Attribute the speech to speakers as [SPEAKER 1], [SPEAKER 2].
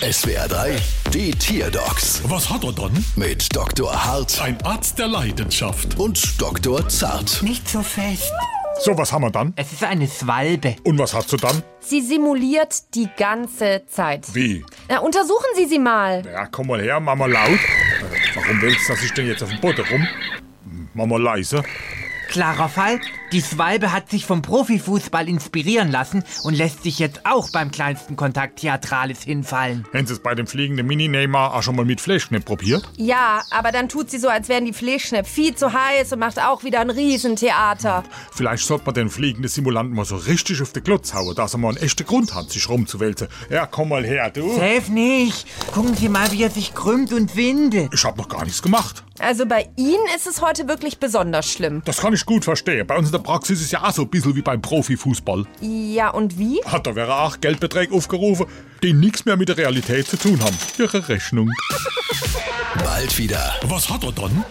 [SPEAKER 1] SWR 3, die Tierdocs
[SPEAKER 2] Was hat er dann?
[SPEAKER 1] mit Dr. Hart
[SPEAKER 2] Ein Arzt der Leidenschaft.
[SPEAKER 1] und Dr. Zart.
[SPEAKER 3] Nicht so fest.
[SPEAKER 2] So, was haben wir dann?
[SPEAKER 3] Es ist eine Swalbe.
[SPEAKER 2] Und was hast du dann?
[SPEAKER 4] Sie simuliert die ganze Zeit.
[SPEAKER 2] Wie?
[SPEAKER 4] Na, untersuchen Sie sie mal.
[SPEAKER 2] Ja, komm mal her, mach mal laut. Äh, Warum willst du, dass ich denn jetzt auf dem Boden rum? Hm, Mach mal leise.
[SPEAKER 3] Klarer Fall, die Swalbe hat sich vom Profifußball inspirieren lassen und lässt sich jetzt auch beim kleinsten Kontakt Theatralis hinfallen.
[SPEAKER 2] Haben Sie es bei dem fliegenden Mini-Neymar auch schon mal mit Fleischknepp probiert?
[SPEAKER 4] Ja, aber dann tut sie so, als wären die Fleischknäpp viel zu heiß und macht auch wieder ein Riesentheater.
[SPEAKER 2] Vielleicht sollte man den fliegenden Simulanten mal so richtig auf den Klotz hauen, dass er mal einen echten Grund hat, sich rumzuwälzen. Ja, komm mal her, du.
[SPEAKER 3] Helf nicht! Gucken Sie mal, wie er sich krümmt und windet.
[SPEAKER 2] Ich hab noch gar nichts gemacht.
[SPEAKER 4] Also bei Ihnen ist es heute wirklich besonders schlimm.
[SPEAKER 2] Das kann ich gut verstehen. Bei uns in der Praxis ist ja auch so ein bisschen wie beim Profifußball.
[SPEAKER 4] Ja, und wie?
[SPEAKER 2] Hat da wäre auch Geldbeträge aufgerufen, die nichts mehr mit der Realität zu tun haben. Ihre Rechnung.
[SPEAKER 1] Bald wieder.
[SPEAKER 2] Was hat er dann?